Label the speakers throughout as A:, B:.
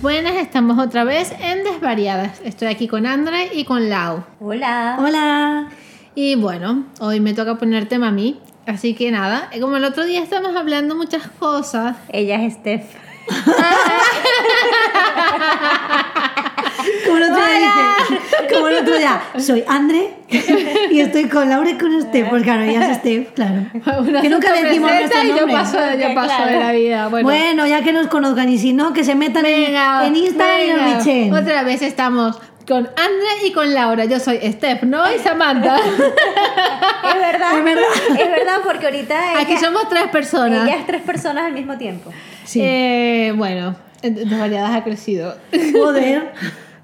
A: buenas, estamos otra vez en Desvariadas. Estoy aquí con Andre y con Lau.
B: Hola.
C: Hola.
A: Y bueno, hoy me toca poner tema a mí, así que nada, eh, como el otro día estamos hablando muchas cosas.
B: Ella es Steph.
C: Como el otro día dije, como el otro día, soy André y estoy con Laura y con Steph, porque claro, ella es Steph, claro.
A: Una
C: Que nunca
A: se
C: decimos
A: presenta
C: nuestro
A: y yo
C: nombre.
A: paso, yo
B: Ok,
A: paso de
B: claro.
A: la vida. Bueno,
C: Bueno, ya que nos conozcan y si no, que se metan en-
A: venga,
C: en Instagram y
A: venga.
C: nos bichen.
A: Otra vez estamos con Andre y con Laura. Yo soy Steph, ¿no? Y Samantha.
B: Es verdad.
C: Es verdad.
B: Es verdad, porque ahorita ella,
A: Aquí somos tres personas.
B: ella es tres personas al mismo tiempo.
C: Sí.
A: Eh, bueno, ent- Desvariadas ha crecido.
C: Joder.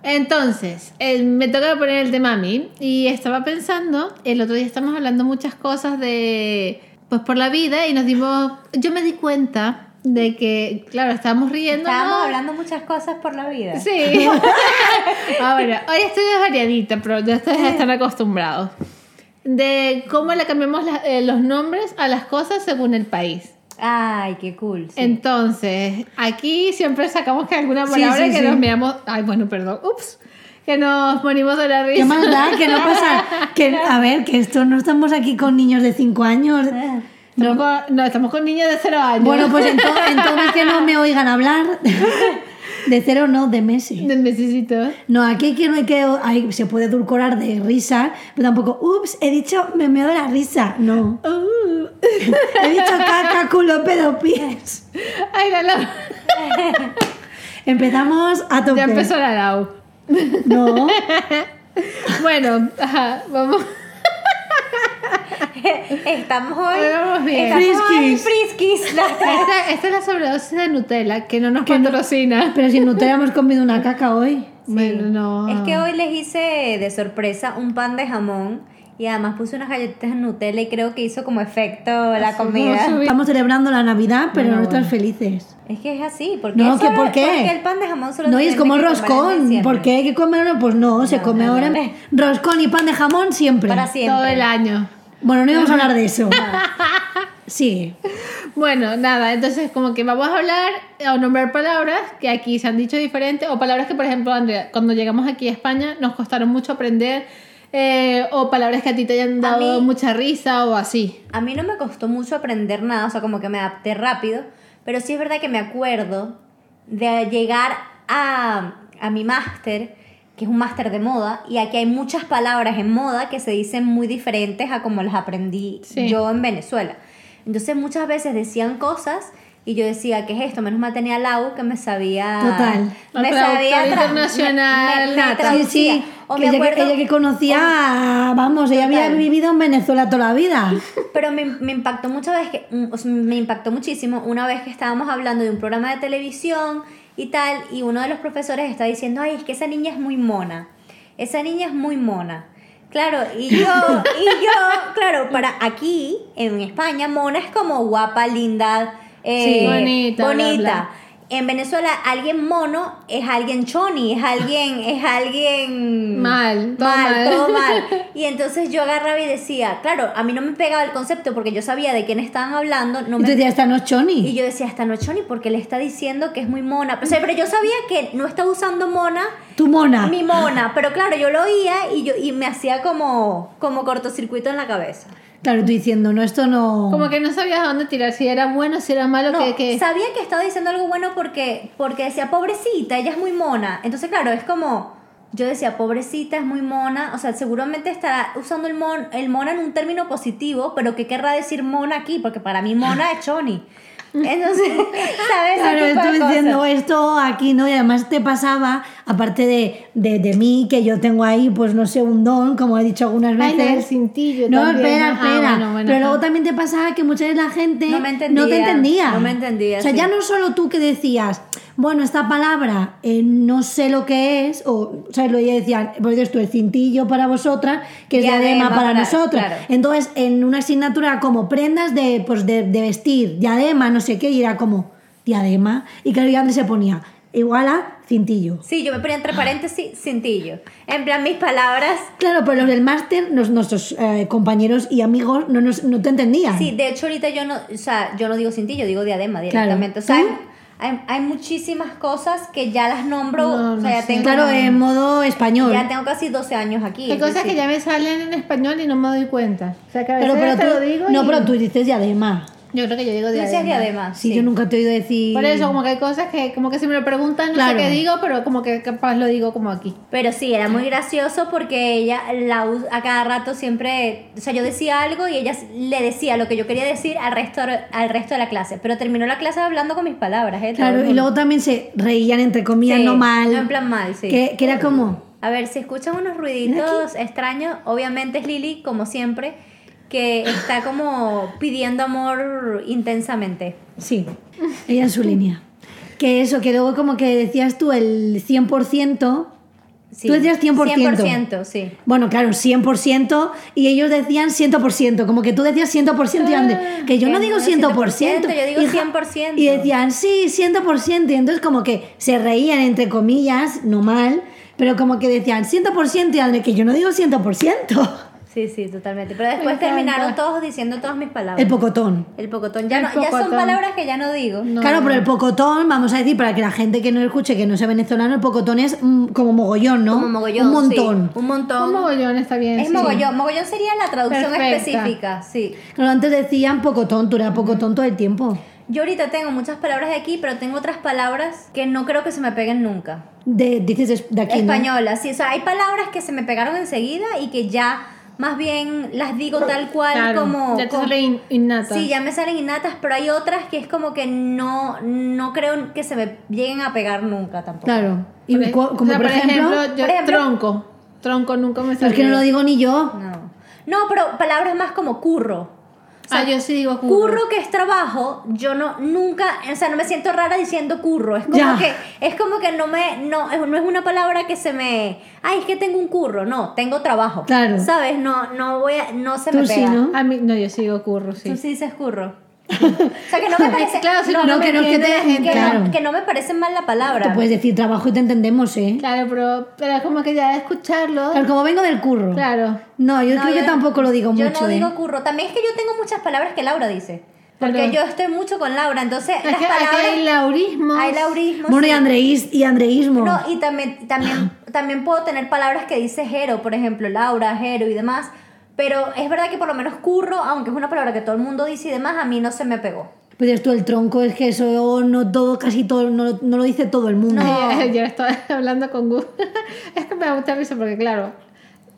A: Entonces, eh, me toca poner el tema a mí y estaba pensando, el otro día estamos hablando muchas cosas de, pues por la vida y nos dimos, yo me di cuenta de que, claro, estábamos riendo.
B: Estábamos hablando muchas cosas por la vida.
A: Sí. Ahora, hoy estoy desvariadita, pero ya ustedes están acostumbrados. De cómo le cambiamos la- eh, los nombres a las cosas según el país.
B: Ay, qué cool. sí.
A: Entonces, aquí siempre sacamos que alguna
C: Sí,
A: palabra
C: sí,
A: que
C: sí.
A: nos miramos. Ay, bueno, perdón. Ups. Que nos morimos de la risa.
C: Qué maldad, que no pasa. Que, a ver, que esto no estamos aquí con niños de 5 años.
B: Ah.
A: Estamos con- no, estamos con niños de cero años.
C: Bueno, pues ento- entonces que no me oigan hablar de cero, no, de Messi.
A: Del mesecito.
C: No, aquí que no hay que. ahí se puede edulcorar de risa, pero tampoco. Ups, he dicho me meo de la risa. No.
A: Uh.
C: He dicho caca, culo, pedo, pies.
A: Ay, la Lau.
C: Empezamos a tope.
A: Ya empezó la Lau.
C: No.
A: Bueno, ajá, vamos.
B: Estamos hoy.
A: Vamos bien.
B: Estamos hoy
C: Friskies.
B: friskies. las tres.
A: Esta, esta es la sobredosis de Nutella que no nos
C: Que no-
A: patrocina.
C: Pero si no te hemos comido una caca hoy.
A: Bueno, no.
B: Es que hoy les hice de sorpresa un pan de jamón y además puse unas galletitas en Nutella y creo que hizo como efecto la comida.
A: subí.
C: Estamos celebrando la Navidad, pero
A: Bueno,
C: no
A: bueno.
C: estás felices.
B: Es que es así. Porque
C: No, que
B: solo-
C: ¿por qué?
B: Porque el pan de jamón solo
C: No,
B: se
C: y es
B: tiene
C: como
B: que comer en
C: roscón.
B: diciembre.
C: ¿Por qué hay que comerlo? Pues no, se
B: No,
C: come
B: no,
C: ahora
B: no.
C: roscón y pan de jamón siempre.
B: Para siempre.
A: Todo el año.
C: Bueno, no íbamos a hablar de eso. Sí.
A: Bueno, nada, entonces como que vamos a hablar eh, o nombrar palabras que aquí se han dicho diferentes o palabras que, por ejemplo, Andrea, cuando llegamos aquí a España nos costaron mucho aprender eh, o palabras que a ti te hayan dado
B: mí-
A: mucha risa o así.
B: A mí no me costó mucho aprender nada, o sea, como que me adapté rápido, pero sí es verdad que me acuerdo de llegar a, a mi máster, que es un máster de moda, y aquí hay muchas palabras en moda que se dicen muy diferentes a como las aprendí
A: Sí.
B: yo en Venezuela. Entonces muchas veces decían cosas y yo decía, ¿qué es esto? Menos mal tenía a Lau que me sabía...
C: Total.
A: La
B: Me
A: traductora
B: sabía... tra-
A: internacional,
B: me- me- me
A: nata.
C: Sí,
B: traducía.
C: sí.
B: O
C: que
B: me
C: ella, que-
B: acuerdo-
C: ella que conocía, vamos, ella había
B: Total.
C: vivido en Venezuela toda la vida.
B: Pero me, me impactó muchas veces que, mm, o sea, me impactó muchísimo una vez que estábamos hablando de un programa de televisión y tal, y uno de los profesores está diciendo, ay, es que esa niña es muy mona. Esa niña es muy mona. Claro, y yo, y yo, claro, para aquí, en España, mona es como guapa, linda, eh,
A: Sí, bonita, bla,
B: bonita.
A: bla.
B: En Venezuela, alguien mono es alguien choni, es alguien, es alguien
A: Mal, todo
B: mal,
A: mal.
B: todo mal. Y entonces yo agarraba y decía, claro, a mí no me pegaba el concepto porque yo sabía de quién estaban hablando. No
C: Y
B: me...
C: tú decías, esta no es Choni.
B: Y yo decía, esta no es Choni porque le está diciendo que es muy mona. O sea, pero yo sabía que no estaba usando mona,
C: tu mona.
B: mi mona. Pero claro, yo lo oía y, yo, y me hacía como, como cortocircuito en la cabeza.
C: Claro, tú diciendo, no, esto no.
A: Como que no sabías a dónde tirar, si era bueno, si era malo,
B: No,
A: que... que-
B: sabía que estaba diciendo algo bueno porque, porque decía, pobrecita, ella es muy mona. Entonces, claro, es como, yo decía, pobrecita, es muy mona. O sea, seguramente estará usando el, mon, el mona en un término positivo, pero ¿qué querrá decir mona aquí? Porque para mí mona es choni. Entonces, ¿sabes? Ese tipo
C: Claro,
B: de
C: estuve
B: cosas.
C: diciendo esto aquí, ¿no? Y además te pasaba, aparte de, de, de mí, que yo tengo ahí, pues no sé, un don, como he dicho algunas
A: Ay,
C: veces.
A: no, el cintillo
C: No,
A: también,
B: Ah,
C: espera,
A: ajá,
C: espera.
A: bueno, bueno,
C: Pero
A: ajá.
C: luego también te pasaba que mucha de la gente
B: No me entendía,
C: te entendía.
B: no me entendía,
C: O sea,
B: sí.
C: ya no solo tú que decías, bueno, esta palabra eh, no sé lo que es, o, ¿sabes? Lo ya decían, pues esto es cintillo para vosotras, que es
B: Diadema
C: diadema, para
B: para-
C: nosotras.
B: claro.
C: Entonces, en una asignatura como prendas de, pues, de, de vestir, diadema, no sé qué, y era como diadema. Y claro, y antes se ponía igual a cintillo.
B: Sí, yo me ponía entre paréntesis, cintillo. En plan, mis palabras.
C: Claro, pero los del máster, los- nuestros eh, compañeros y amigos, no, nos, no te entendían.
B: Sí, de hecho ahorita yo no, o sea, yo no digo cintillo, digo diadema
C: Claro.
B: directamente. O sea,
C: ¿Tú?
B: Hay, hay muchísimas cosas que ya las nombro.
A: No,
B: o
A: no
B: sea, ya
A: sé.
B: tengo,
C: Claro, en modo español.
B: ya tengo casi 12 años aquí.
A: Hay
B: es
A: cosas que
B: decir,
A: ya me salen en español y no me doy cuenta. O sea, que a veces
C: Pero, pero
A: te
C: tú,
A: lo digo
C: no,
A: y-
C: pero tú dices diadema.
A: Yo creo que yo digo
B: tú decías
A: diadema.
B: diadema.
C: Sí, yo nunca te he oído decir.
A: Por eso, como que hay cosas que como que si me lo preguntan no
C: Claro.
A: sé qué digo, pero como que capaz lo digo como aquí.
B: Pero sí, era
C: Ah.
B: muy gracioso porque ella la, us- a cada rato siempre, o sea, yo decía algo y ella s- le decía lo que yo quería decir al resto, al resto de la clase, pero terminó la clase hablando con mis palabras, ¿eh? Todo el
C: Claro, y
B: mundo.
C: luego también se reían entre comillas,
B: Sí,
C: no mal.
B: no en plan mal, sí.
C: Que, que era como.
B: A ver, si escuchan unos ruiditos extraños, obviamente es Lili, como siempre, que está como pidiendo amor intensamente.
C: Sí, ella en su línea. Que eso, que luego como que decías tú el 100%.
B: Sí.
C: Tú decías 100%.
B: 100%, sí.
C: Bueno, claro, 100% y ellos decían 100%, como que tú decías 100% y antes, que yo
B: Ah, que
C: no digo
B: Eh, no, 100%,
C: 100%,
B: yo digo
C: y ja-
B: 100%.
C: Y decían, sí, 100%, y entonces como que se reían entre comillas, no mal, pero como que decían 100% y André, que yo no digo 100%,
B: Sí, sí, totalmente. Pero después
A: encanta.
B: terminaron todos diciendo todas mis palabras.
C: el pocotón.
B: El pocotón. Ya,
A: El
B: no, ya son
A: pocotón.
B: palabras que ya no digo.
A: No.
C: claro, pero el pocotón, vamos a decir, para que la gente que no escuche, que no sea venezolano, el pocotón es mm, como mogollón, ¿no?
B: Como mogollón.
C: Un
B: sí.
C: montón.
B: un montón.
A: Un mogollón está bien.
B: es
A: sí.
B: mogollón. Mogollón sería la traducción
A: Perfecta.
B: específica. Sí.
C: Claro, antes decían pocotón, tú eras pocotón todo el tiempo.
B: Yo ahorita tengo muchas palabras de aquí, pero tengo otras palabras que no creo que se me peguen nunca.
C: De, dices de aquí, ¿no?
B: Españolas, sí. O sea, hay palabras que se me pegaron enseguida y que ya más bien las digo tal cual
A: Claro,
B: como...
A: ya te
B: como-
A: sale in- innata.
B: Sí, ya me salen innatas, pero hay otras que es como que no, no creo que se me lleguen a pegar nunca tampoco.
C: Claro. Y
A: Ok.
C: cu- como
A: O sea,
C: por, ejemplo,
A: yo
B: por ejemplo-
A: tronco. Tronco nunca me
C: no,
A: sale.
C: es que no lo digo ni yo.
B: No. No, pero palabras más como curro.
A: ah, yo sí digo curro.
B: Curro que es trabajo, yo no nunca, o sea, no me siento rara diciendo curro, es como
C: Ya.
B: que es como que no me no es- no es una palabra que se me, ay, es que tengo un curro, no, tengo trabajo.
C: Claro.
B: ¿Sabes? No no voy a, no se
C: Tú
B: me
C: sí,
B: pega.
C: ¿no?
A: A mí, no, yo sí digo curro, sí.
B: Tú sí dices curro. o sea, que no me parece
A: Claro, si no,
C: no,
A: me
C: que no, que te-
A: entiende la gente.
B: que,
C: claro.
B: no, que no me parece mal la
C: Tú
B: palabra.
C: puedes decir trabajo y te entendemos, ¿eh?
A: Claro, pero, pero es como que ya escucharlo.
C: Claro, como vengo del curro.
A: Claro.
C: No, yo
B: No,
C: creo que tampoco lo digo
B: yo
C: mucho.
B: no
C: ¿eh?
B: digo curro. También es que yo tengo muchas palabras que Laura dice. Porque
A: Claro.
B: yo estoy mucho con Laura, entonces las
A: Aquí, aquí
B: palabras
A: hay laurismo.
B: hay laurismos.
C: Bueno, y,
B: sí.
C: andreís, y andreísmo.
B: No, y también, también, también puedo tener palabras que dice Jero, por ejemplo, Laura, Jero y demás. Pero es verdad que por lo menos curro, aunque es una palabra que todo el mundo dice y demás, a mí no se me pegó.
C: Pues dices tú, el tronco es que eso no todo, casi todo, no, no lo dice todo el mundo.
A: Ayer, ayer estaba hablando con Gus. es que me da mucha risa porque, claro,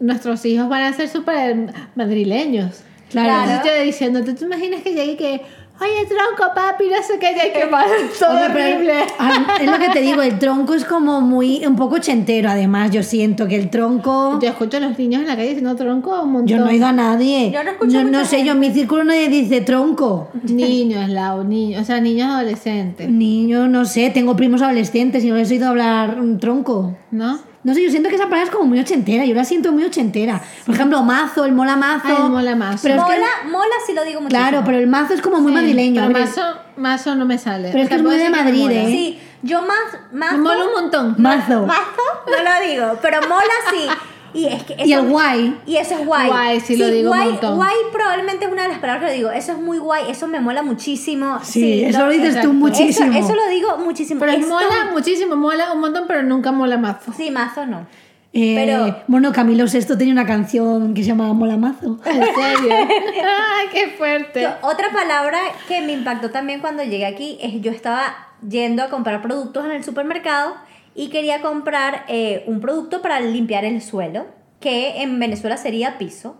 A: nuestros hijos van a ser súper madrileños.
C: Claro.
A: Entonces yo diciendo, ¿tú te imaginas que llegue y que, oye, tronco, papi, no sé qué, ya hay que parar todo
C: Oye, pero-
A: horrible?
C: Ah, es lo que te digo, el tronco es como muy, un poco ochentero además, yo siento que el tronco...
A: Yo escucho a los niños en la calle diciendo tronco un montón.
C: Yo no he oído a nadie.
B: Yo no escucho
C: Yo no
B: mucha
C: sé, yo en mi círculo nadie dice tronco.
A: Niños, Lau, niños, o sea, niños adolescentes,
C: Niño, no sé, tengo primos adolescentes y no les he oído hablar un tronco.
A: ¿no?
C: No sé, yo siento que esa palabra es como muy ochentera, yo la siento muy ochentera. Por ejemplo, mazo, el mola mazo.
A: Ay, el mola mazo.
C: Pero es que-
B: mola, mola si lo digo muchísimo.
C: claro, pero el mazo es como muy
A: Sí,
C: madrileño.
A: Pero
C: hombre.
A: mazo, mazo no me sale.
C: Pero es que es
A: puedo
C: muy de
A: decir
C: Madrid,
A: mola.
C: ¿eh?
B: Sí, yo más, más
A: Me mola un montón.
C: Mazo.
B: mazo, no lo digo, pero mola sí. Y, es que
C: Y
B: eso-
C: el guay.
B: Y eso es guay.
A: Guay, sí lo digo un
B: guay,
A: montón.
B: guay probablemente es una de las palabras que lo digo. Eso es muy guay, eso me mola muchísimo.
C: Sí, eso lo dices
A: exacto.
C: tú muchísimo.
B: Eso, eso lo digo muchísimo.
A: Pero
B: Esto-
A: mola muchísimo, mola un montón, pero nunca mola mazo.
B: Sí, mazo no.
C: Eh,
B: pero-
C: Bueno, Camilo Sexto tenía una canción que se llamaba Mola Mazo.
A: En serio. Ay, qué fuerte.
B: Yo- otra palabra que me impactó también cuando llegué aquí es yo estaba yendo a comprar productos en el supermercado y quería comprar eh, un producto para limpiar el suelo, que en Venezuela sería piso.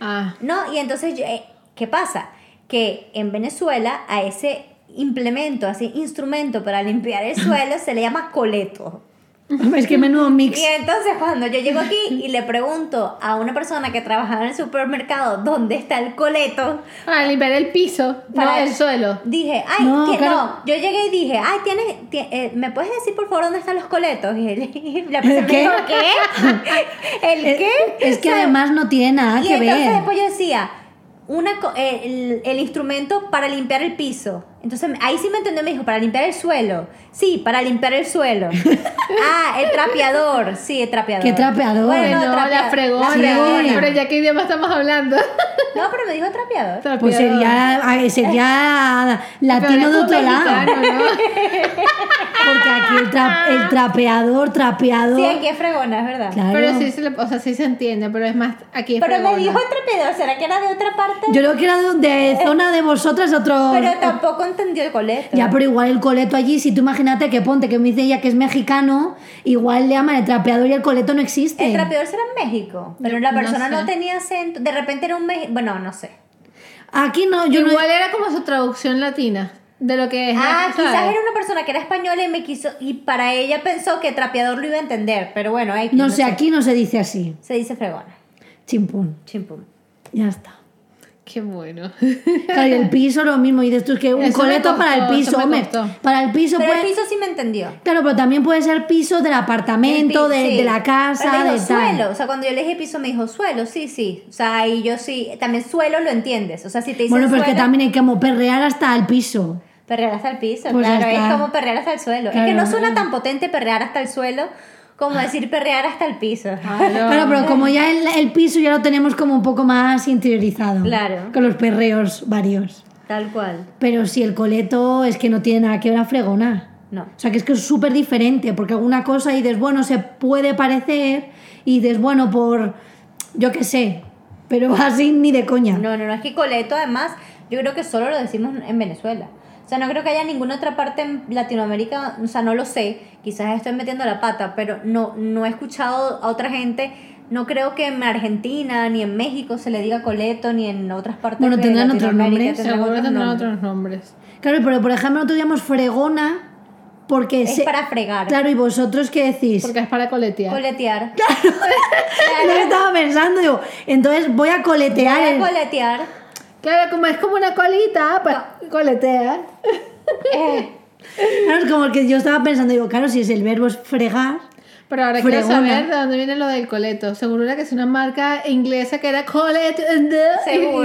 A: Ah,
B: No, y entonces, yo- eh, ¿qué pasa? Que en Venezuela a ese implemento, a ese instrumento para limpiar el suelo se le llama coleto.
C: es que menudo mix.
B: Y entonces cuando yo llego aquí y le pregunto a una persona que trabajaba en el supermercado dónde está el coleto,
A: para limpiar el piso, para
B: No.
A: el suelo.
B: dije, ay,
C: No,
B: ti-
C: claro.
B: no, yo llegué y dije, ay, tienes, ti- eh, ¿me puedes decir por favor dónde están los coletos? Y, él- y la persona
C: ¿El qué?
B: me dijo, ¿qué? ¿El
C: Eh,
B: qué?
C: Es que
B: O sea,
C: además no tiene nada
B: y
C: que
B: entonces
C: ver.
B: después yo decía, una co- eh, el, el instrumento para limpiar el piso. Entonces ahí sí me entendió, me dijo, para limpiar el suelo. Sí, para limpiar el suelo. ah, el trapeador. Sí, el trapeador.
C: ¿Qué trapeador?
B: Bueno,
A: Bueno,
B: trapea-
A: la fregona.
C: la fregona.
A: Pero ya qué idioma estamos hablando.
B: No, pero me dijo trapeador.
A: Trapeador.
C: Pues sería, ah, sería latino de otro lado. Porque aquí el, tra- el trapeador, trapeador.
B: Sí, aquí es fregona, es verdad.
C: Claro.
A: Pero sí se, le- o sea, sí se entiende, pero es más aquí. es
B: Pero me
A: fregona.
B: dijo trapeador, ¿será que era de otra parte?
C: Yo creo que era de, de zona de vosotras otro.
B: Eh, pero tampoco entendió el coleto.
C: Ya, pero igual el coleto allí, si tú imagínate que ponte que me dice ella que es mexicano, igual le llaman el trapeador y el coleto no existe.
B: El trapeador será en México, pero la
A: No
B: persona no,
A: sé.
B: tenía acento. De repente era un mexicano. Bueno, no sé.
C: Aquí no, yo no.
A: Igual era como su traducción latina de lo que es.
B: Ah,
A: ¿sabes?
B: quizás era una persona que era española y me quiso. Y para ella pensó que trapeador lo iba a entender, pero bueno, X,
C: No sé, aquí no se dice así.
B: Se dice fregona.
C: Chimpún.
B: Chimpum.
C: Ya está.
A: Qué bueno.
C: Claro, y el piso lo mismo. Y dices tú es que un
A: Eso me
C: coleto
A: costó,
C: para el piso,
A: eso me
C: hombre.
A: costó.
C: Para el piso
B: Pero
C: puede.
B: el piso sí me entendió.
C: Claro, pero también puede ser piso del apartamento,
B: El pi-
C: de,
B: sí.
C: de la casa,
B: Pero me
C: de
B: dijo
C: tal.
B: suelo. O sea, cuando yo le dije piso, me dijo suelo, sí, sí. O sea, y yo sí. También suelo lo entiendes. O sea, si te dicen
C: Bueno, pero es que
B: suelo,
C: también hay que como perrear hasta el piso.
B: Perrear hasta el piso,
C: Pues ya
B: claro, es
C: está.
B: como perrear hasta el suelo. Es que
C: Claro.
B: no suena tan potente perrear hasta el suelo como decir perrear hasta el piso.
C: Claro, pero como ya el, el piso ya lo tenemos como un poco más interiorizado.
B: Claro.
C: Con los perreos varios.
B: Tal cual.
C: Pero si el coleto es que no tiene nada que ver a fregona.
B: No.
C: O sea, que es que es súper diferente, porque alguna cosa y dices, bueno, se puede parecer, y dices, bueno, por, yo qué sé, pero así ni de coña.
B: No, no, no, es que coleto además yo creo que solo lo decimos en Venezuela. O sea, no creo que haya ninguna otra parte en Latinoamérica, o sea, no lo sé, quizás estoy metiendo la pata, pero no, no he escuchado a otra gente, no creo que en Argentina ni en México se le diga coleto, ni en otras partes
C: Bueno,
B: de
C: tendrán otros
B: Latinoamérica,
C: nombres,
B: tendrán
A: Seguro
B: otros
A: tendrán
B: nombres.
A: otros nombres.
C: Claro, pero por ejemplo, nosotros llamamos fregona porque...
B: Es
C: se-
B: para fregar,
C: Claro, ¿y vosotros qué decís?
A: Porque es para coletear.
B: coletear.
C: Yo estaba pensando, digo, entonces voy a coletear.
B: Voy a
C: el-
B: coletear.
A: Claro, como es como una colita, pues coletea.
B: Eh,
C: Claro, es como que yo estaba pensando, digo, claro, si es el verbo es fregar.
A: Pero ahora quiero
C: Fregona.
A: saber de dónde viene lo del coleto. Seguro era que es una marca inglesa que era coleto.
B: seguro.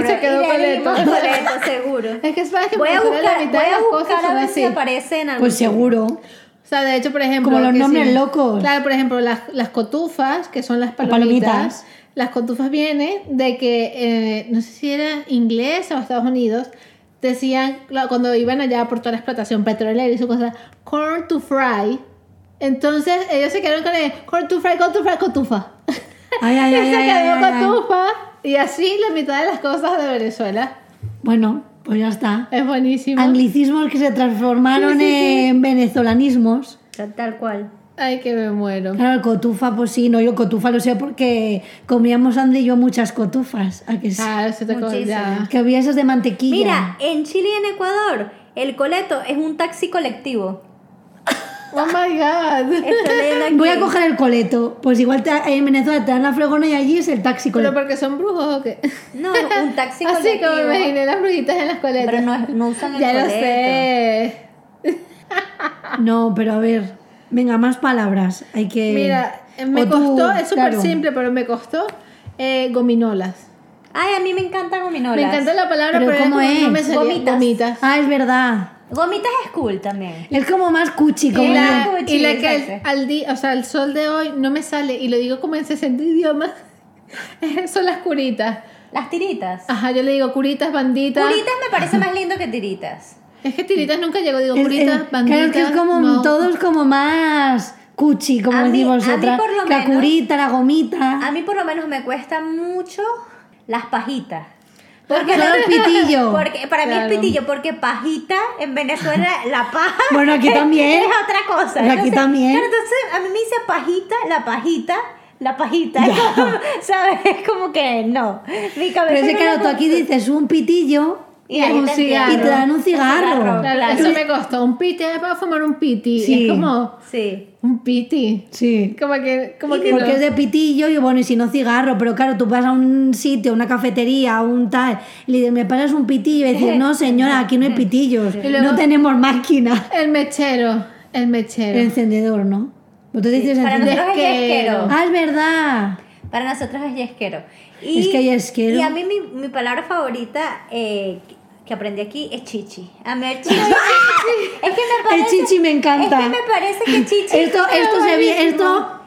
A: Y se quedó
B: y le dimos
A: coleto.
B: coleto, seguro.
A: Es que sabes que
B: Voy a
A: en Venezuela
B: buscar,
A: la
B: voy
A: mitad de
B: a
A: las cosas
B: buscar a
A: son
B: ver si
A: así.
B: aparece en algún
C: Pues seguro.
A: O sea, de hecho, por ejemplo.
C: Como los
A: que
C: nombres locos.
A: Claro, por ejemplo, las, las cotufas, que son las palomitas.
C: palomitas.
A: Las cotufas vienen de que, eh, no sé si era inglés o Estados Unidos, decían, claro, cuando iban allá por toda la explotación petrolera y su cosa, corn to fry. Entonces ellos se quedaron con el corn to fry, corn to fry, cotufa.
C: Ay, ay,
A: Y
C: ay,
A: se
C: ay,
A: quedó
C: ay, ay.
A: cotufa. Y así la mitad de las cosas de Venezuela.
C: Bueno, pues ya está.
A: Es buenísimo.
C: Anglicismos que se transformaron
A: Sí, sí,
C: en venezolanismos.
B: Tal, tal cual.
A: Ay, que me muero.
C: Claro, el cotufa, pues sí, no, yo cotufa lo sé porque comíamos André y yo muchas cotufas. ¿A que sí?
A: Claro, Ah, se te
B: Muchísimo.
A: ya.
C: Que había esas de mantequilla.
B: Mira, en Chile y en Ecuador, el coleto es un taxi colectivo.
A: Oh my god.
B: Estoy leyendo aquí.
C: Voy a coger el coleto. Pues igual te- en Venezuela te dan la fregona y allí es el taxi
A: ¿Pero
C: coleto.
A: porque son brujos o qué?
B: No, un taxi colectivo.
A: Así como me imaginé las brujitas en las coletas.
B: Pero no, es- no usan el
A: ya
B: coleto.
A: lo sé.
C: No, pero a ver, venga, más palabras. Hay que.
A: Mira, eh, me
C: O tú,
A: costó, es súper
C: claro.
A: simple, pero me costó eh, gominolas.
B: Ay, a mí me encantan gominolas.
A: Me encanta la palabra,
C: Pero
A: pero,
C: ¿cómo
A: como- no
C: es?
A: me salía.
B: Gomitas.
C: Ah, es verdad.
B: Gomitas es cool también.
C: Es como más cuchi, como
A: Y
B: la-
A: la,
B: como
A: y la
B: chile,
A: que al,
B: exacto.
A: al día, o sea, el sol de hoy no me sale, y lo digo como en 60 idiomas, son las curitas.
B: Las tiritas.
A: Ajá, yo le digo curitas, banditas.
B: Curitas me parece más lindo que tiritas.
A: Es que tiritas nunca llegó, digo
C: Es-
A: curitas,
C: es-
A: banditas.
C: Claro, es que es como
A: no.
C: todos como más cuchi, como
B: A mí-
C: decís
B: a mí
C: vosotras.
B: por lo
C: la
B: menos-
C: curita, la
B: A
C: gomita.
B: mí por lo menos me cuesta mucho las pajitas. Porque,
C: Solo el pitillo.
B: porque para mí
A: Claro.
B: es pitillo, porque pajita en Venezuela la paja
C: Bueno, aquí también.
B: es otra cosa.
C: Pero aquí también.
B: claro, entonces a mí me dice pajita, la pajita, la pajita. Es
C: Ya.
B: como, ¿Sabes? Es como que no. Mi cabeza.
C: Pero es que,
B: no
C: claro,
B: la-
C: tú aquí dices un pitillo
B: Y ahí
A: un
B: te
A: cigarro.
C: y
B: entiendo.
C: te dan un
B: cigarro.
C: cigarro.
A: Claro,
B: Claro.
A: eso me costó. Un piti, ah, para fumar un piti.
C: Sí.
A: Es como
B: Sí.
A: un piti.
C: Sí.
A: Como que, como que no.
C: Porque es de pitillo y bueno, y si no cigarro, pero claro, tú vas a un sitio, una cafetería, un tal, y le dices, me pasas un pitillo, y dices, no señora, aquí no hay pitillos,
A: Y luego-
C: no tenemos máquina.
A: El mechero. El
C: El
A: mechero.
C: encendedor, ¿no? Vosotros dices
B: Para
C: encendedor.
B: nosotros es
A: Yesquero.
B: yesquero.
C: Ah, es verdad.
B: Para nosotros es yesquero.
C: Es que yesquero.
B: Y a mí mi, mi palabra favorita eh, que- que aprendí aquí es chichi. A mí el chichi. es que me
C: El
B: parece.
C: chichi me encanta.
B: Es que me parece que chichi.
C: Esto,
B: es
C: esto se vi,
B: buenísimo.
C: esto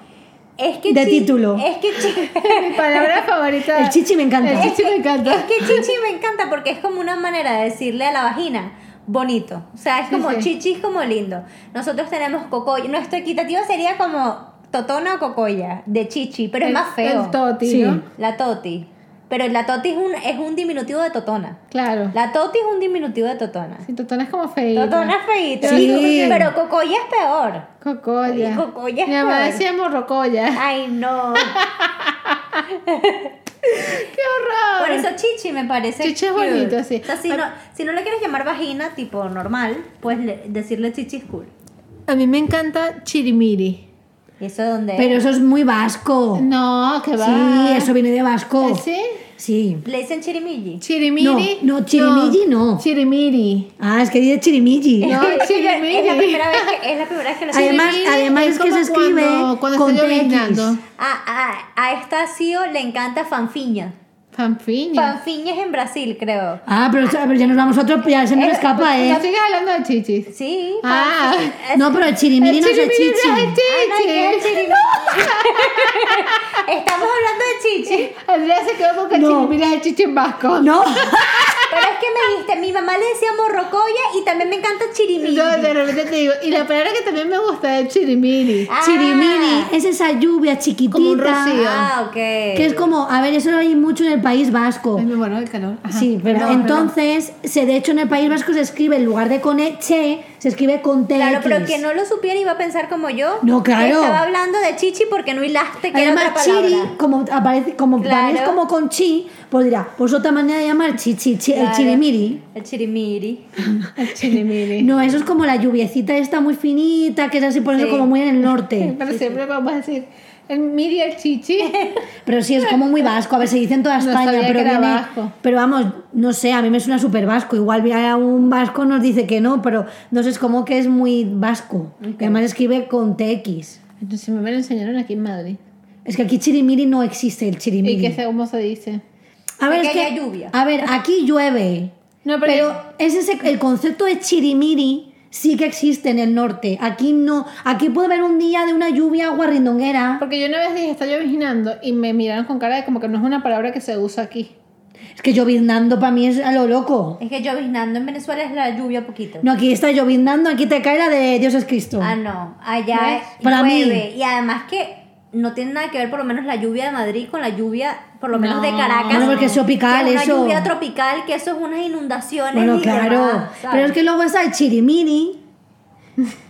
B: Es que
C: De
B: Chi-
C: título.
B: Es que Chi-
A: Mi palabra favorita.
C: El chichi me encanta.
A: El chichi me encanta.
B: Es que chichi me encanta porque es como una manera de decirle a la vagina bonito. O sea, es
A: Sí,
B: como
A: sí.
B: chichi es como lindo. Nosotros tenemos cocoya. Nuestro equitativo sería como totona o cocoya de chichi, pero es más feo.
A: El toti,
C: Sí.
A: ¿no?
B: La toti. Pero la toti es un, es un diminutivo de totona.
A: Claro.
B: La toti es un diminutivo de totona.
A: Sí, totona es como feita.
B: Totona es feíto.
C: Sí.
B: Pero cocoya es peor.
A: Cocoya.
B: Y cocoya es
A: Mi mamá
B: peor.
A: decía
C: Ah.
A: morrocoya.
B: Ay, no.
A: ¡Qué horror!
B: Por eso chichi me parece.
A: Chichi es
B: cute.
A: bonito, sí. Ah.
B: O sea, si no, si no le quieres llamar vagina, tipo normal, pues le- decirle chichi es cool.
A: A mí me encanta chirimiri.
B: ¿Y eso es donde
C: Pero eso es muy vasco.
A: No, que va. ¿Eh,
C: Sí, eso viene de vasco.
A: ¿Sí?
C: Sí.
B: le dicen chirimilli?
A: Chirimiri.
C: No, no, chirimiri no.
A: Chirimiri.
C: Ah, es que dice chirimilli.
A: No,
B: es, la
A: chirimiri.
B: es la primera vez que, es la primera vez que lo
C: Ay, Además-
A: Chirimiri
C: además es que
A: como
C: se escribe
A: cuando, cuando
C: con
A: está
C: TX.
A: lloviznando.
B: a, a, a esta CEO le encanta fanfiña.
A: Fanfiña.
B: Fanfiña es en Brasil, creo.
C: Ah, pero, pero ya nos vamos a otro, ya se nos
B: Eh,
C: escapa,
A: No
C: ¿eh?
A: sigues hablando de chichis.
B: Sí.
A: Ah.
B: fanfiña.
C: No, pero el chirimiri no es el
A: chirimiri
C: chichi.
A: no es el
B: Ay, no, que es el
A: chichi.
B: chirimilli. Estamos hablando de chichi.
A: Andrea se quedó con que el
C: No.
A: chirimiri es el chichi en vasco.
C: No.
B: Pero es que me dijiste, mi mamá le decía morrocoya y también me encanta chirimilli.
A: Yo de repente te digo, y la palabra que también me gusta es chirimiri.
B: Ah.
C: Chirimiri es esa lluvia
A: Como un
C: chiquitita.
A: rocío.
B: Ah, ok.
C: que es como, a ver, eso lo hay mucho en el País Vasco.
A: Es muy bueno el calor. Ajá.
C: oh. Sí, pero
A: No,
C: entonces, se, de hecho en el País Vasco se escribe, en lugar de con E, che, se escribe con TX.
B: Claro, pero quien no lo supiera iba a pensar como yo.
C: No, claro.
B: Que estaba hablando de chichi porque no hilaste que era otra
C: Además,
B: palabra.
C: chiri, como aparece, como
B: Claro.
C: también es como con chi, pues dirá, pues otra manera de llamar chi, chi, chi- el
B: Claro.
C: chirimiri.
B: El chirimiri.
A: El chirimiri.
C: No, eso es como la lluviecita esta muy finita, que es así por eso
B: Sí.
C: como muy en el norte.
A: Pero siempre vamos a decir, el miri el chichi.
C: Pero sí, es como muy vasco, a ver, se dice en toda
A: No
C: España,
A: sabía
C: pero
A: que era
C: viene-
A: vasco.
C: Pero vamos, no sé, a mí me suena súper vasco. Igual a un vasco nos dice que no, pero no sé, es como que es muy vasco. Y Además escribe con TX.
A: Entonces me lo enseñaron aquí en Madrid.
C: Es que aquí chirimiri no existe el
A: ¿Y
C: chirimiri.
A: qué sé cómo se dice?
C: A ver,
B: Aquí
C: es que,
B: hay lluvia.
C: A ver, aquí llueve.
A: No,
C: Pero ese es el concepto de chirimiri sí que existe en el norte. Aquí no. Aquí puede haber un día de una lluvia guarrindonguera.
A: Porque yo una vez dije, está lloviznando, y me miraron con cara de como que no es una palabra que se usa aquí.
C: Es que lloviznando para mí es a lo loco.
B: Es que lloviznando en Venezuela es la lluvia poquito.
C: No, aquí está lloviznando, aquí te cae la de Dios es Cristo.
B: Ah, no. Allá
A: ¿Ves?
B: es-
C: Para mí.
B: llueve. Y además que no tiene nada que ver por lo menos la lluvia de Madrid con la lluvia por lo menos
A: No.
B: de Caracas.
C: Bueno, porque es tropical,
B: que es una
C: eso.
B: lluvia tropical que eso es unas inundaciones
C: Bueno,
B: y
C: claro.
B: demás, ¿sabes?
C: Pero es que luego está el chirimiri.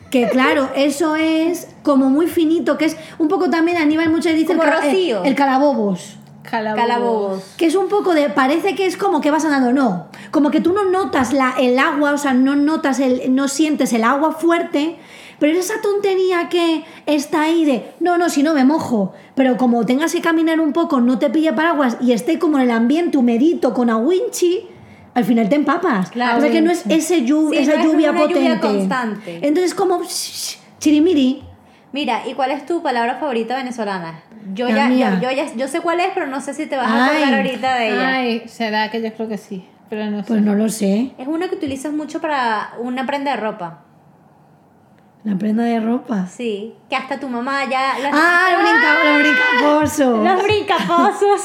C: Que claro, eso es como muy finito, que es un poco también Aníbal muchas veces
B: Como
C: el, ca-
B: Rocío.
C: eh, el calabobos.
A: Calabobos.
B: Calabobos.
C: Que es un poco de. Parece que es como que vas andando, no. Como que tú no notas la, el agua, o sea, no notas el. No sientes el agua fuerte. Pero es esa tontería que está ahí de. No, no, si no me mojo. Pero como tengas que caminar un poco, no te pille paraguas y esté como en el ambiente humedito con aguinchi. Al final te empapas.
B: Claro.
C: o sea que no es ese llu-
B: Sí,
C: esa
B: no es
C: lluvia
B: una
C: potente.
B: lluvia constante.
C: Entonces, como. shh, chirimiri.
B: Mira, ¿y cuál es tu palabra favorita venezolana? Yo
C: La
B: ya,
C: mía.
B: yo, yo ya, yo sé cuál es, pero no sé si te vas a
C: Ay.
B: acordar ahorita de ella.
A: Ay, será que yo creo que sí, pero no sé.
C: Pues no lo sé.
B: Es una que utilizas mucho para una prenda de ropa.
C: La prenda de ropa.
B: Sí. Que hasta tu mamá ya. Los,
C: ¡Ah, el brincaposo!
B: los brincaposos.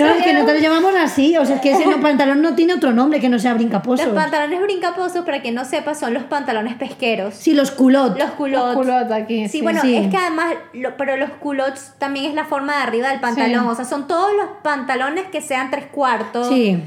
C: No, es que nosotros lo llamamos así, o sea, es que ese no- pantalón no tiene otro nombre que no sea
B: los
C: brincaposo.
B: pantalones brincaposos, para que no sepa, son los pantalones pesqueros.
C: Sí, los culot.
B: Los culottes.
A: culot aquí.
B: Sí, bueno,
C: sí.
B: es que además, lo- pero los culottes también es la forma de arriba del pantalón.
A: Sí.
B: O sea, son todos los pantalones que sean tres cuartos.
C: Sí.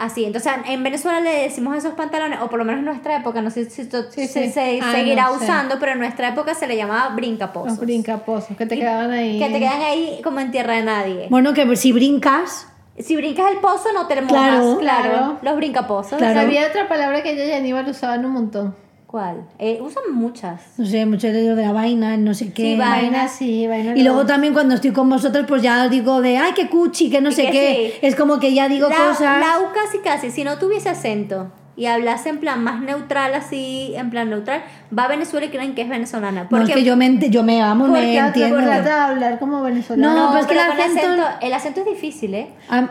B: Así, entonces en Venezuela le decimos esos pantalones, o por lo menos en nuestra época, no sé si esto
A: Sí,
B: se,
A: sí.
B: se-
A: Ah,
B: seguirá
A: no sé.
B: usando, pero en nuestra época se le llamaba brincaposos.
A: Los brincaposos que te
B: Y-
A: quedaban ahí.
B: Que te quedan ahí como en tierra de nadie.
C: Bueno, que si brincas,
B: Si brincas el pozo no te mojas, claro,
C: Claro.
A: Claro.
B: Los brincaposos.
C: Claro.
A: Había otra palabra que ella y Aníbal usaban un montón.
B: ¿Cuál? Eh, usan muchas.
C: no sé, mucho de lo de la vaina, no sé qué.
B: Sí, va. Vaina,
A: sí, vaina.
C: Y luego también cuando estoy con vosotros, pues ya os digo de, ay, qué cuchi, que no sé
B: que
C: qué.
B: sí.
C: Es como que ya digo
B: Lau-
C: cosas.
B: Lau casi casi, si no tuviese acento y hablase en plan más neutral, así, en plan neutral, va a Venezuela y creen que es venezolana.
C: No,
B: Porque
C: es que yo me, ent- yo me amo,
A: porque
C: me entiendo.
A: acordate de hablar como venezolano.
C: No,
B: No,
C: pero es que
B: pero
C: el
B: con acento-
C: acento-
B: el acento es difícil, ¿eh?
C: Ah,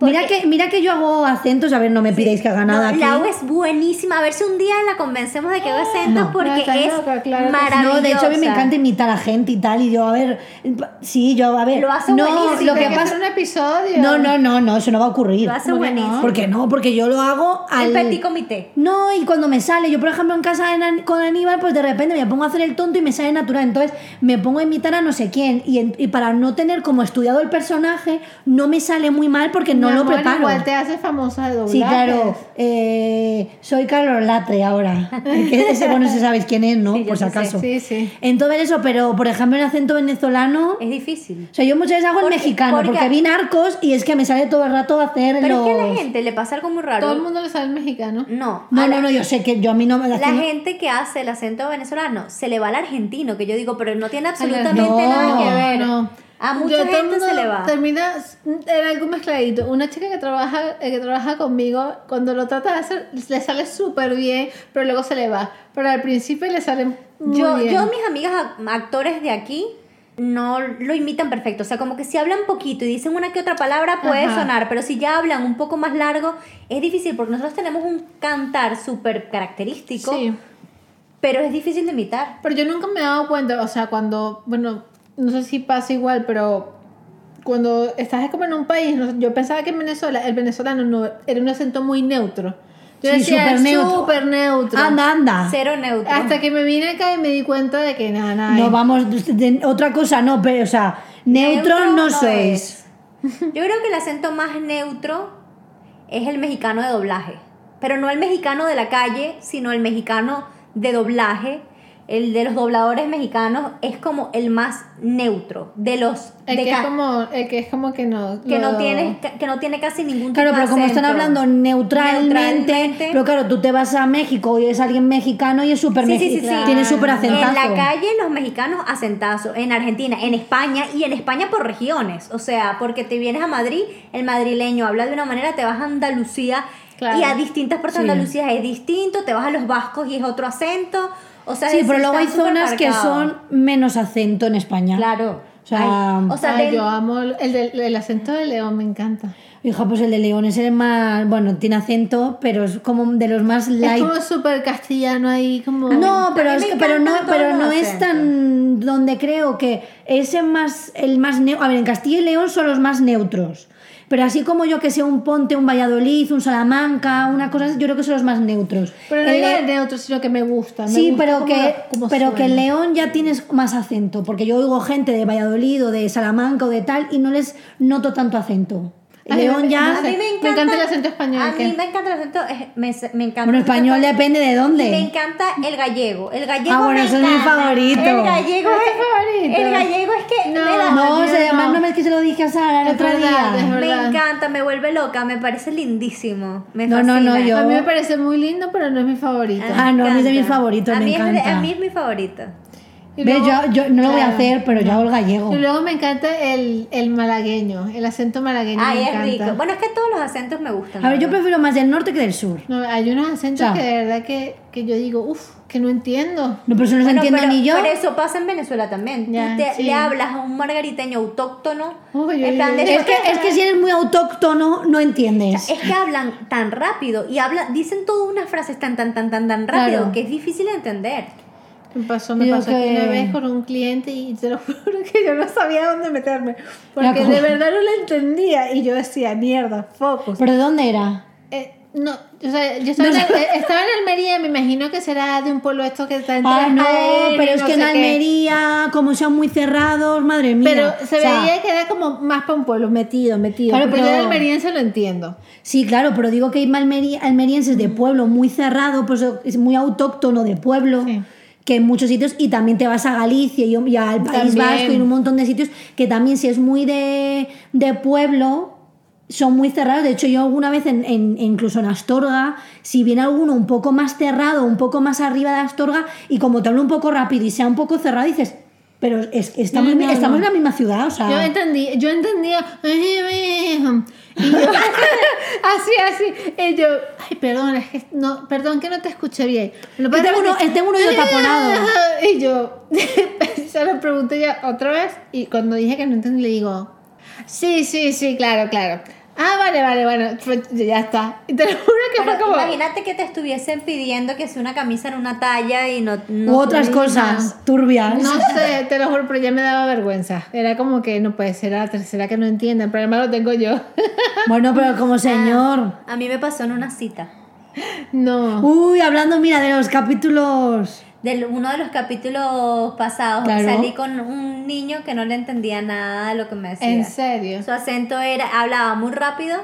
C: Mira que, mira que yo hago acentos, a ver, no me pidáis que haga
B: No,
C: nada aquí.
B: Lau es buenísima. A ver si un día la convencemos de que haga acento
C: No.
B: porque
A: No, está
B: es
A: loca, claro que sí.
B: maravillosa.
C: No, de hecho a mí me encanta imitar a gente y tal, y yo, a ver, sí, yo, a ver.
B: Lo hace
C: no,
B: buenísimo.
C: lo que
A: Hay que
C: pasa...
A: hacer un episodio.
C: No, no, no, no, eso no va a ocurrir.
B: Lo hace
A: ¿Cómo que no?
B: buenísimo.
C: ¿Por qué no? Porque yo lo hago al...
B: El petit comité.
C: No, y cuando me sale, yo por ejemplo en casa en An- con Aníbal, pues de repente me pongo a hacer el tonto y me sale natural. Entonces me pongo a imitar a no sé quién. Y, en- y para no tener como estudiado el personaje, no me sale muy mal porque
A: Mi
C: no lo
A: amor,
C: preparo.
A: Igual te hace famosa de doblajes.
C: Sí, claro. Eh, soy Carlos Latre ahora. Que ese, bueno, si sabéis quién es, ¿no?
B: Sí, yo
C: por si
B: sí sé,
C: acaso.
A: Sí, sí.
C: Entonces eso, pero por ejemplo el acento venezolano...
B: Es difícil.
C: O sea, yo muchas veces hago el
B: Porque-
C: mexicano
B: porque-
C: porque, vi narcos y es que me sale todo el rato hacer
B: Pero
C: los...
B: es que a la gente le pasa algo muy raro.
A: Todo el mundo lo sabe el mexicano.
B: No, a
C: No,
B: la-
C: no, no, yo sé que yo a mí no me
B: La
C: es que no-
B: gente que hace el acento venezolano se le va al argentino, que yo digo, pero no tiene absolutamente
C: No,
B: nada que ver.
A: no.
B: A mucha
A: Yo, todo el
B: gente se
A: mundo
B: le va.
A: Termina mm, en algo mezcladito. Una chica que trabaja, eh, que trabaja conmigo, cuando lo trata de hacer, le sale súper bien, pero luego se le va. Pero al principio le sale muy
B: Yo,
A: bien.
B: yo, mis amigas ac- actores de aquí no lo imitan perfecto. O sea, como que si hablan poquito y dicen una que otra palabra puede
A: Ajá.
B: sonar, pero si ya hablan un poco más largo es difícil porque nosotros tenemos un cantar súper característico,
A: Sí.
B: pero es difícil de imitar.
A: Pero yo nunca me he dado cuenta, o sea, cuando, bueno, no sé si pasa igual, pero cuando estás como en un país, no sé, yo pensaba que en Venezuela, el venezolano no, era un acento muy neutro. Yo
C: Sí,
A: decía,
C: súper
A: "Es
C: neutro".
A: súper neutro.
C: Anda, anda.
B: Cero neutro.
A: Ah. Hasta que me vine acá y me di cuenta de que nada, nada.
C: No vamos, de- otra cosa no, pero o sea, neutro, no, sois.
B: es. Yo creo que el acento más neutro es el mexicano de doblaje. Pero no el mexicano de la calle, sino el mexicano de doblaje. El de los dobladores mexicanos es como el más neutro. De los.
A: El
B: de
A: que, es
B: ca-
A: como, el que es como que no.
B: que, no
A: lo-
B: tiene, ca- que no tiene casi ningún
C: Claro,
B: tipo de
C: pero como están
B: acento.
C: hablando neutralmente,
B: Neutralmente.
C: pero claro, tú te vas a México y es alguien mexicano y es súper
B: Sí, sí, sí,
C: mexicano,
B: sí.
C: tiene súper acentazo.
B: En la calle los mexicanos acentazo, en Argentina, en España y en España por regiones, o sea, porque te vienes a Madrid, el madrileño habla de una manera, te vas a Andalucía
A: Claro.
B: y a distintas partes de
C: Sí.
B: Andalucía es distinto, te vas a los vascos y es otro acento, o sea,
C: sí,
B: es-
C: pero luego hay
B: está súper
C: zonas que
B: marcado.
C: son menos acento en España.
B: claro,
C: O sea,
B: Hay- o sea,
A: Ay,
B: de-
A: yo amo el, el del- el acento de León, me encanta.
C: Hija, pues el de León es el más, bueno, tiene acento, pero es como de los más light.
A: Es como súper castellano ahí, como.
C: No, pero
B: a mí
C: es
B: me
C: que- pero no,
B: encantan todos
C: pero
B: los
C: no es
B: acentos.
C: tan donde creo que ese más el más neu- a ver, en Castilla y León son los más neutros. Pero así como yo que sé un Ponte, un Valladolid, un Salamanca, una cosa, así, yo creo que son los más neutros.
A: Pero no
C: El
A: digo
C: Leo-
A: el neutro, sino que me gusta. me
C: Sí,
A: gusta
C: pero
A: cómo-
C: que,
A: cómo
C: pero que en
A: suena.
C: León ya tienes más acento, porque yo oigo gente de Valladolid o de Salamanca o de tal y no les noto tanto acento.
A: Ay,
C: León ya,
A: no
B: a mí me
A: Me
B: encanta,
A: encanta el acento español,
B: A
A: ¿qué?
B: mí me encanta el acento, eh, me, me encanta.
C: bueno,
B: el acento
C: español depende de dónde.
B: Y me encanta el gallego. El gallego.
C: Ah, bueno,
B: me
C: ese es mi
B: encanta.
C: favorito.
B: El gallego
A: ¿Es
B: es
A: tu favorito?
B: El gallego es que.
A: No,
B: me da-
C: No,
A: Ay,
C: o sea,
A: no.
C: además no me es que se lo dije a Sara el
A: Es
C: otro
A: verdad,
C: día.
A: es
B: me
A: verdad.
B: encanta, me vuelve loca, me parece lindísimo. Me
C: No, no, no,
B: fascina.
C: yo-
A: A mí me parece muy lindo, pero no es mi favorito.
C: Ah, no, a mí es de mis favoritos,
B: A
C: me
B: mí es de-
C: encanta.
B: a mí es mi favorito.
A: Y
C: Ve,
A: luego-
C: yo, yo no lo voy a
A: claro.
C: hacer, pero yo hago el gallego.
A: Y luego me encanta el, el malagueño, el acento malagueño.
B: Ay,
A: me
B: es
A: encanta.
B: rico. Bueno, es que todos los acentos me gustan.
C: A ver, yo
B: ¿verdad?
C: prefiero más del norte que del sur.
A: No, hay unos acentos
C: O sea.
A: que de verdad que, que yo digo, uff, que no entiendo.
C: No, pero eso no se
B: Bueno,
C: entiende
B: pero-
C: ni yo.
B: Pero eso pasa en Venezuela también. Tú
A: Ya,
B: te-
A: sí.
B: le hablas a un margariteño autóctono.
A: Uy, uy,
B: en plan
A: uy,
B: de-
A: uy.
C: Es que, es que si eres muy autóctono, no entiendes.
A: eh.
B: Es que hablan tan rápido y hablan, dicen todas unas frases tan, tan, tan, tan, tan rápido
C: Claro.
B: que es difícil de entender.
A: Me pasó, me
C: Digo
A: pasó aquí
C: que-
A: una vez con un cliente y te lo juro que yo no sabía dónde meterme. Porque
C: como-
A: de verdad no le entendía y yo decía, mierda, focus.
C: ¿Pero de dónde era?
A: Eh, no, o sea, yo estaba, en, eh, estaba en Almería, me imagino que será de un pueblo esto que está en
C: Ah, no,
A: Transjaén y
C: pero es
A: sé
C: que en
A: qué.
C: Almería, como sean muy cerrados, madre mía.
A: Pero se
C: O sea,
A: veía que era como más para un pueblo, metido, metido.
C: Claro,
A: porque yo
C: pero-
A: de almeriense lo entiendo.
C: Sí, claro, pero digo que hay malmeri- almerienses de pueblo muy cerrado, pues es muy autóctono de pueblo.
A: Sí.
C: que en muchos sitios, y también te vas a Galicia y, y al País
A: También.
C: Vasco y en un montón de sitios, que también si es muy de, de pueblo, son muy cerrados. De hecho, yo alguna vez, en, en- incluso en Astorga, si viene alguno un poco más cerrado, un poco más arriba de Astorga, y como te habla un poco rápido y sea un poco cerrado, dices, pero es que estamos,
A: No, no,
C: estamos
A: no.
C: en la misma ciudad, o sea... "Este
A: Yo entendí, yo entendía. Y yo, así, así. Y yo, ay, perdón, es que no, perdón que no te escuché bien. ¿Me lo puedes
C: tengo Este uno-
A: repetir?
C: tengo uno yo taponado.
A: Y yo, se lo pregunté ya otra vez. Y cuando dije que no entendí, le digo, sí, sí, sí, claro, claro. Ah, vale, vale, bueno, pues ya está. Y te lo juro que
B: Pero
A: fue como.
B: Imagínate que te estuviesen pidiendo que sea una camisa en una talla y no... no
C: U otras
B: te-
C: cosas turbias.
A: No sé, te lo juro, pero ya me daba vergüenza. Era como que no puede ser la tercera que no entienden, pero además lo tengo yo.
C: Bueno, pero como señor.
B: A mí me pasó en una cita.
A: No.
C: Uy, hablando, mira, de los capítulos.
B: De uno de los capítulos pasados
C: Claro.
B: salí con un niño que no le entendía nada de lo que me decía.
A: En serio.
B: Su acento era, hablaba muy rápido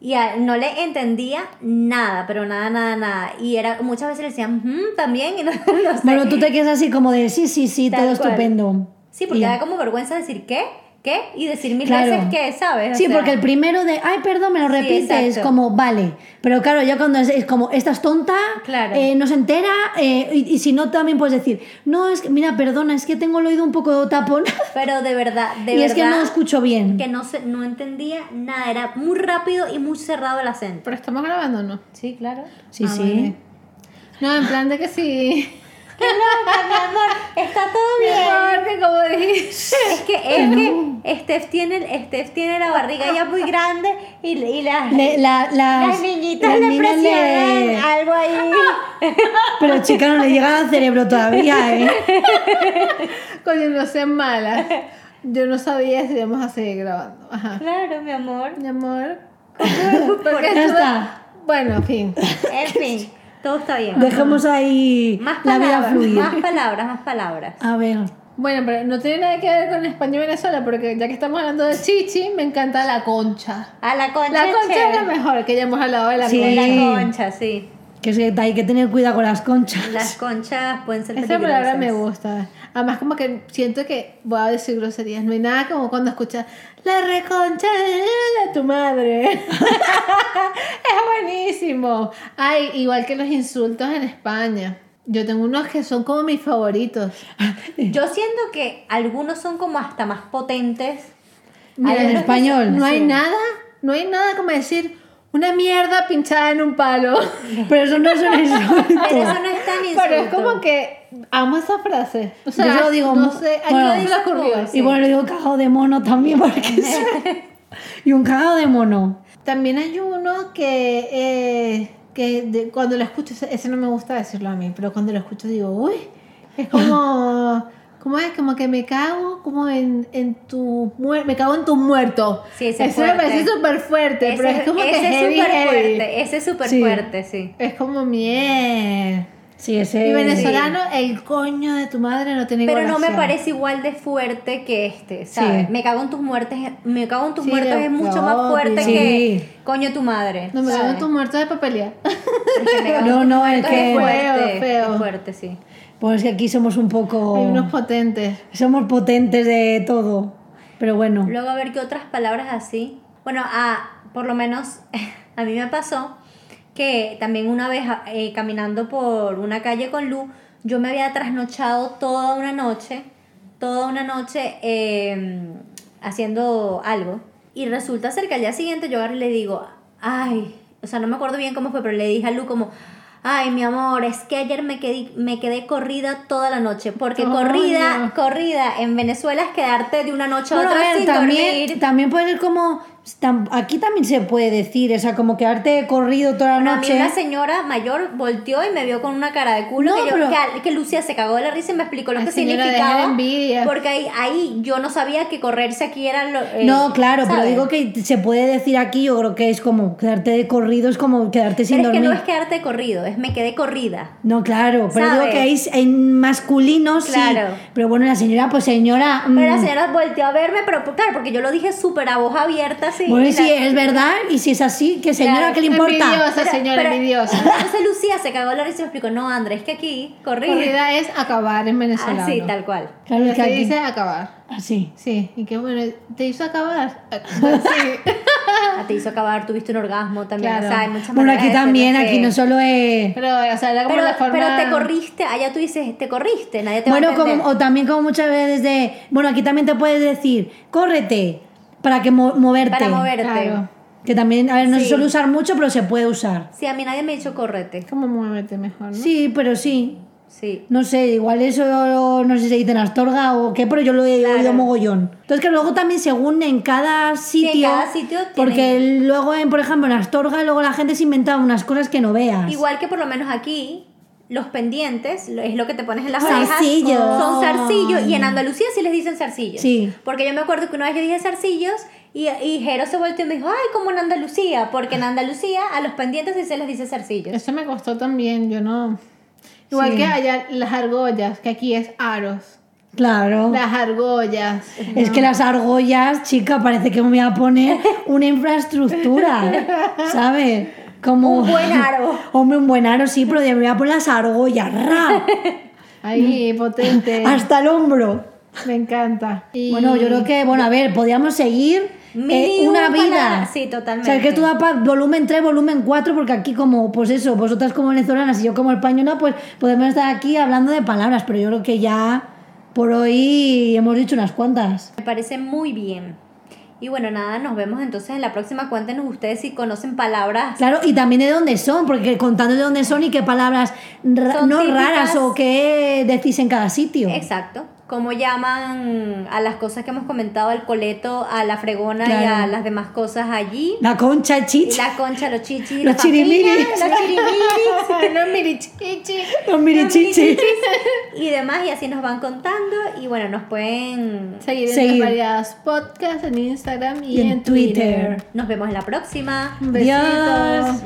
B: y a- no le entendía nada, pero nada, nada, nada. Y era, muchas veces le decían, "Ujú", también, y no, no sé.
C: Bueno, tú te quedas así como de sí, sí, sí,
B: Tal
C: todo
B: cual.
C: estupendo.
B: Sí, porque
C: Y-
B: da como vergüenza decir qué, qué, y decir mil
C: Claro.
B: veces qué, ¿sabes? O
C: Sí,
B: sea,
C: porque el primero de, ay, perdón, me lo repites, es
B: exacto.
C: como, vale. Pero claro, ya cuando es, es como, estás tonta,
B: Claro.
C: eh, no se entera, eh, y, y si no, también puedes decir, no, es que, mira, perdona, es que tengo el oído un poco tapón
B: Pero de verdad, de
C: y
B: verdad.
C: es que no escucho bien.
B: que no se- no entendía nada, era muy rápido y muy cerrado el acento.
A: Pero estamos grabando, o ¿no?
B: Sí, claro.
C: Sí,
A: Ah,
C: sí.
A: vale. No, en plan de que sí.
B: Está todo bien.
A: Porque como dije.
B: Es que, es que Steph tiene, Steph tiene la barriga ya muy grande y, y las,
C: Le- la- las,
B: las niñitas
C: las
B: le
C: niñas le-
B: presionan algo ahí.
C: Pero chica, no le llega al cerebro todavía, ¿eh?
A: Coño, no sean malas. Yo no sabía si íbamos a seguir grabando. Ajá.
B: Claro, mi amor.
A: Mi amor.
B: Por-
A: Porque estuve-
C: Ya está.
A: Bueno, en fin.
B: En fin, todo está bien.
C: Dejemos ahí
B: Más
C: la vida
B: palabras,
C: fluir.
B: más palabras, más palabras.
C: A ver.
A: Bueno, pero no tiene nada que ver con España y Venezuela, porque ya que estamos hablando de chichi, me encanta la concha.
B: A Ah, la concha.
A: La concha es
B: chévere.
A: la mejor, que ya hemos hablado de la
C: Sí.
A: concha.
B: La concha, sí.
C: Que, es que hay que tener cuidado con las conchas.
B: Las conchas pueden ser
A: Esa palabra
B: peligrosas.
A: me gusta. Además, como que siento que voy a decir groserías. No hay nada como cuando escuchas la reconcha de tu madre. es buenísimo. Ay, igual que los insultos en España. Yo tengo unos que son como mis favoritos.
B: Yo siento que algunos son como hasta más potentes.
A: Mira,
C: en
A: no-
C: español,
A: No hay
C: sí.
A: nada, no hay nada como decir una mierda pinchada en un palo.
C: Pero eso no es un insulto.
B: Pero eso no es tan insulto.
A: Pero es como que amo esa frase. O sea,
C: Yo lo digo
A: no
C: mu-
A: sé, ¿a
C: bueno,
A: quién se le ocurrió?
C: Y bueno, le digo cagado de mono también porque sí. Y un cagado de mono.
A: También hay uno que, eh, que de- cuando lo escucho, ese ese no me gusta decirlo a mí, pero cuando lo escucho digo, uy, es como, ¿cómo es? Como que me cago como en, en tu muerto, me cago en tu muerto.
B: Sí, ese es
A: Eso me
B: fuerte.
A: parece súper fuerte,
B: Ese
A: pero es como que
B: ese es
A: heavy,
B: súper
A: heavy.
B: fuerte. Ese es súper
C: Sí.
B: fuerte, sí.
A: Es como mier.
C: Sí, ese.
A: Y venezolano, el coño de tu madre no tiene
B: Pero no
A: igualación.
B: me parece igual de fuerte que este, ¿sabes?
C: Sí.
B: Me cago en tus muertes, me cago en tus
A: Sí,
B: muertos
A: de-
B: es
A: no,
B: mucho más fuerte
C: sí.
B: que coño tu madre.
A: No me cago en
B: ¿sabes?
A: tus muertos de papelía.
B: Porque me cago en
C: No,
B: tus
C: no,
B: muertos,
C: es que-
B: es
A: Feo,
B: fuerte,
A: feo.
B: es fuerte, sí.
C: Pues que aquí somos un
B: Oh.
C: poco.
A: Hay unos potentes.
C: Somos potentes de todo. Pero bueno.
B: Luego a ver qué otras palabras así. Bueno, a, por lo menos a mí me pasó que también una vez eh, caminando por una calle con Lu, yo me había trasnochado toda una noche, toda una noche eh, haciendo algo. Y resulta ser que al día siguiente yo agarro y le digo, ay, o sea, no me acuerdo bien cómo fue, pero le dije a Lu como... Ay, mi amor, es que ayer me quedé, me quedé corrida toda la noche. Porque
A: Ay,
B: corrida,
A: no.
B: corrida en Venezuela es quedarte de una noche a
C: Bueno, a
B: otra
C: ver,
B: sin dormir.
C: también, también puede ser como. tam- Aquí también se puede decir, o sea, como quedarte corrido toda la
B: Bueno, a mí
C: noche.
B: una señora mayor volteó y me vio con una cara de culo
C: No,
B: que, yo-
C: pero-
B: que al- que Lucía se cagó de la risa y me explicó lo
A: Ay,
B: que
A: señora, deja
B: significaba.
A: de envidia.
B: Porque ahí, ahí yo no sabía que correrse aquí era lo. eh,
C: No, claro, pero
B: ¿sabes?
C: digo que se puede decir aquí, yo creo que es como quedarte de corrido, es como quedarte sin
B: Pero es que
C: dormir.
B: no es quedarte de corrido, es me quedé corrida.
C: No, claro, pero digo
B: ¿Sabes?
C: que hay en masculino
B: Claro.
C: sí. Pero bueno, la señora, pues señora. mm,
B: Pero la señora volteó a verme, pero por- claro, porque yo lo dije súper a voz abierta, así.
C: bueno,
B: y
C: y si
B: la-
C: es verdad, y si es así, que señora,
B: Claro,
C: ¿qué le importa?
A: envidiosa. Esa señora envidiosa.
B: Entonces Lucía se cagó de la risa y me explicó: No, Andrés, es que aquí corrida.
A: Corrida es acabar en Venezuela.
B: Así, Ah, tal cual.
C: Claro, es
A: se
C: que aquí-
A: dice acabar.
C: Así.
A: Sí, y qué bueno, te hizo acabar. Sí.
B: Ah, te hizo acabar, tuviste un orgasmo también.
A: Claro.
B: O sea, hay muchas
C: Bueno,
B: maneras
C: aquí
B: de hacerlo,
C: también,
B: sí.
C: aquí no solo es.
A: Pero, o sea, era como
B: Pero,
A: la forma.
B: pero te corriste, allá tú dices, te corriste, nadie te va
C: Bueno,
B: a entender.
C: como, o también como muchas veces de. Bueno, aquí también te puedes decir, córrete, para que mo- moverte.
B: Para moverte.
A: Claro.
C: Que también, a ver, no
B: Sí.
C: se suele usar mucho, pero se puede usar.
B: Sí, a mí nadie me ha dicho correte.
A: Como muévete mejor, ¿no?
C: Sí, pero sí.
B: Sí.
C: No sé, igual eso no sé si se dice en Astorga o qué, pero yo lo he
B: Claro.
C: oído mogollón. Entonces que luego también según en cada sitio,
B: cada sitio tiene-
C: porque luego en, por ejemplo en Astorga luego la gente se inventaba unas cosas que no veas.
B: Igual que por lo menos aquí, los pendientes, lo- es lo que te pones en las
C: Zarcillos.
B: orejas, son zarcillos. Y en Andalucía sí les dicen zarcillos.
C: Sí.
B: Porque yo me acuerdo que una vez yo dije zarcillos y, y Jero se volteó y me dijo, ay, como en Andalucía. Porque en Andalucía a los pendientes sí se les dice zarcillos.
A: Eso me costó también, yo no. Igual
C: Sí.
A: que allá las argollas, que aquí es aros.
C: Claro.
A: Las argollas.
C: Es que las argollas, chica, parece que me voy a poner una infraestructura, ¿sabes? Como...
B: Un buen aro.
C: Hombre, un buen aro, sí, pero ya me voy a poner las argollas, ra,
A: Ahí, potente.
C: hasta el hombro.
A: Me encanta. Y-
C: Bueno, yo creo que, bueno, a ver, podíamos seguir
B: Mil
C: eh,
B: y
C: una
B: un
C: vida.
B: palabras, sí,
C: O sea,
B: totalmente.
C: que tú da pa- volumen 3, volumen 4, porque aquí como, pues eso, vosotras como venezolanas y yo como española, pues podemos estar aquí hablando de palabras, pero yo creo que ya por hoy hemos dicho unas cuantas.
B: Me parece muy bien. Y bueno, nada, nos vemos entonces en la próxima. Cuéntenos ustedes si conocen palabras
C: Claro, y también de dónde son, porque contando de dónde son y qué palabras ra-
B: Son
C: no
B: típicas.
C: raras o qué decís en cada sitio.
B: Exacto. ¿Cómo llaman a las cosas que hemos comentado, al coleto, a la fregona y
C: Claro.
B: a las demás cosas allí?
C: La concha, el
B: Y
C: chicha,
B: La concha, los chichis,
C: Los
B: las papillas,
C: chirimiris.
B: los chirimiris
A: Los mirichichi.
C: los mirichichis.
B: y demás. Y así nos van contando. Y bueno, nos pueden...
A: Seguir en
C: Seguir.
A: las variadas podcasts en Instagram y,
C: Y en Twitter.
B: Nos vemos en la próxima.
A: Besitos.
C: Adiós.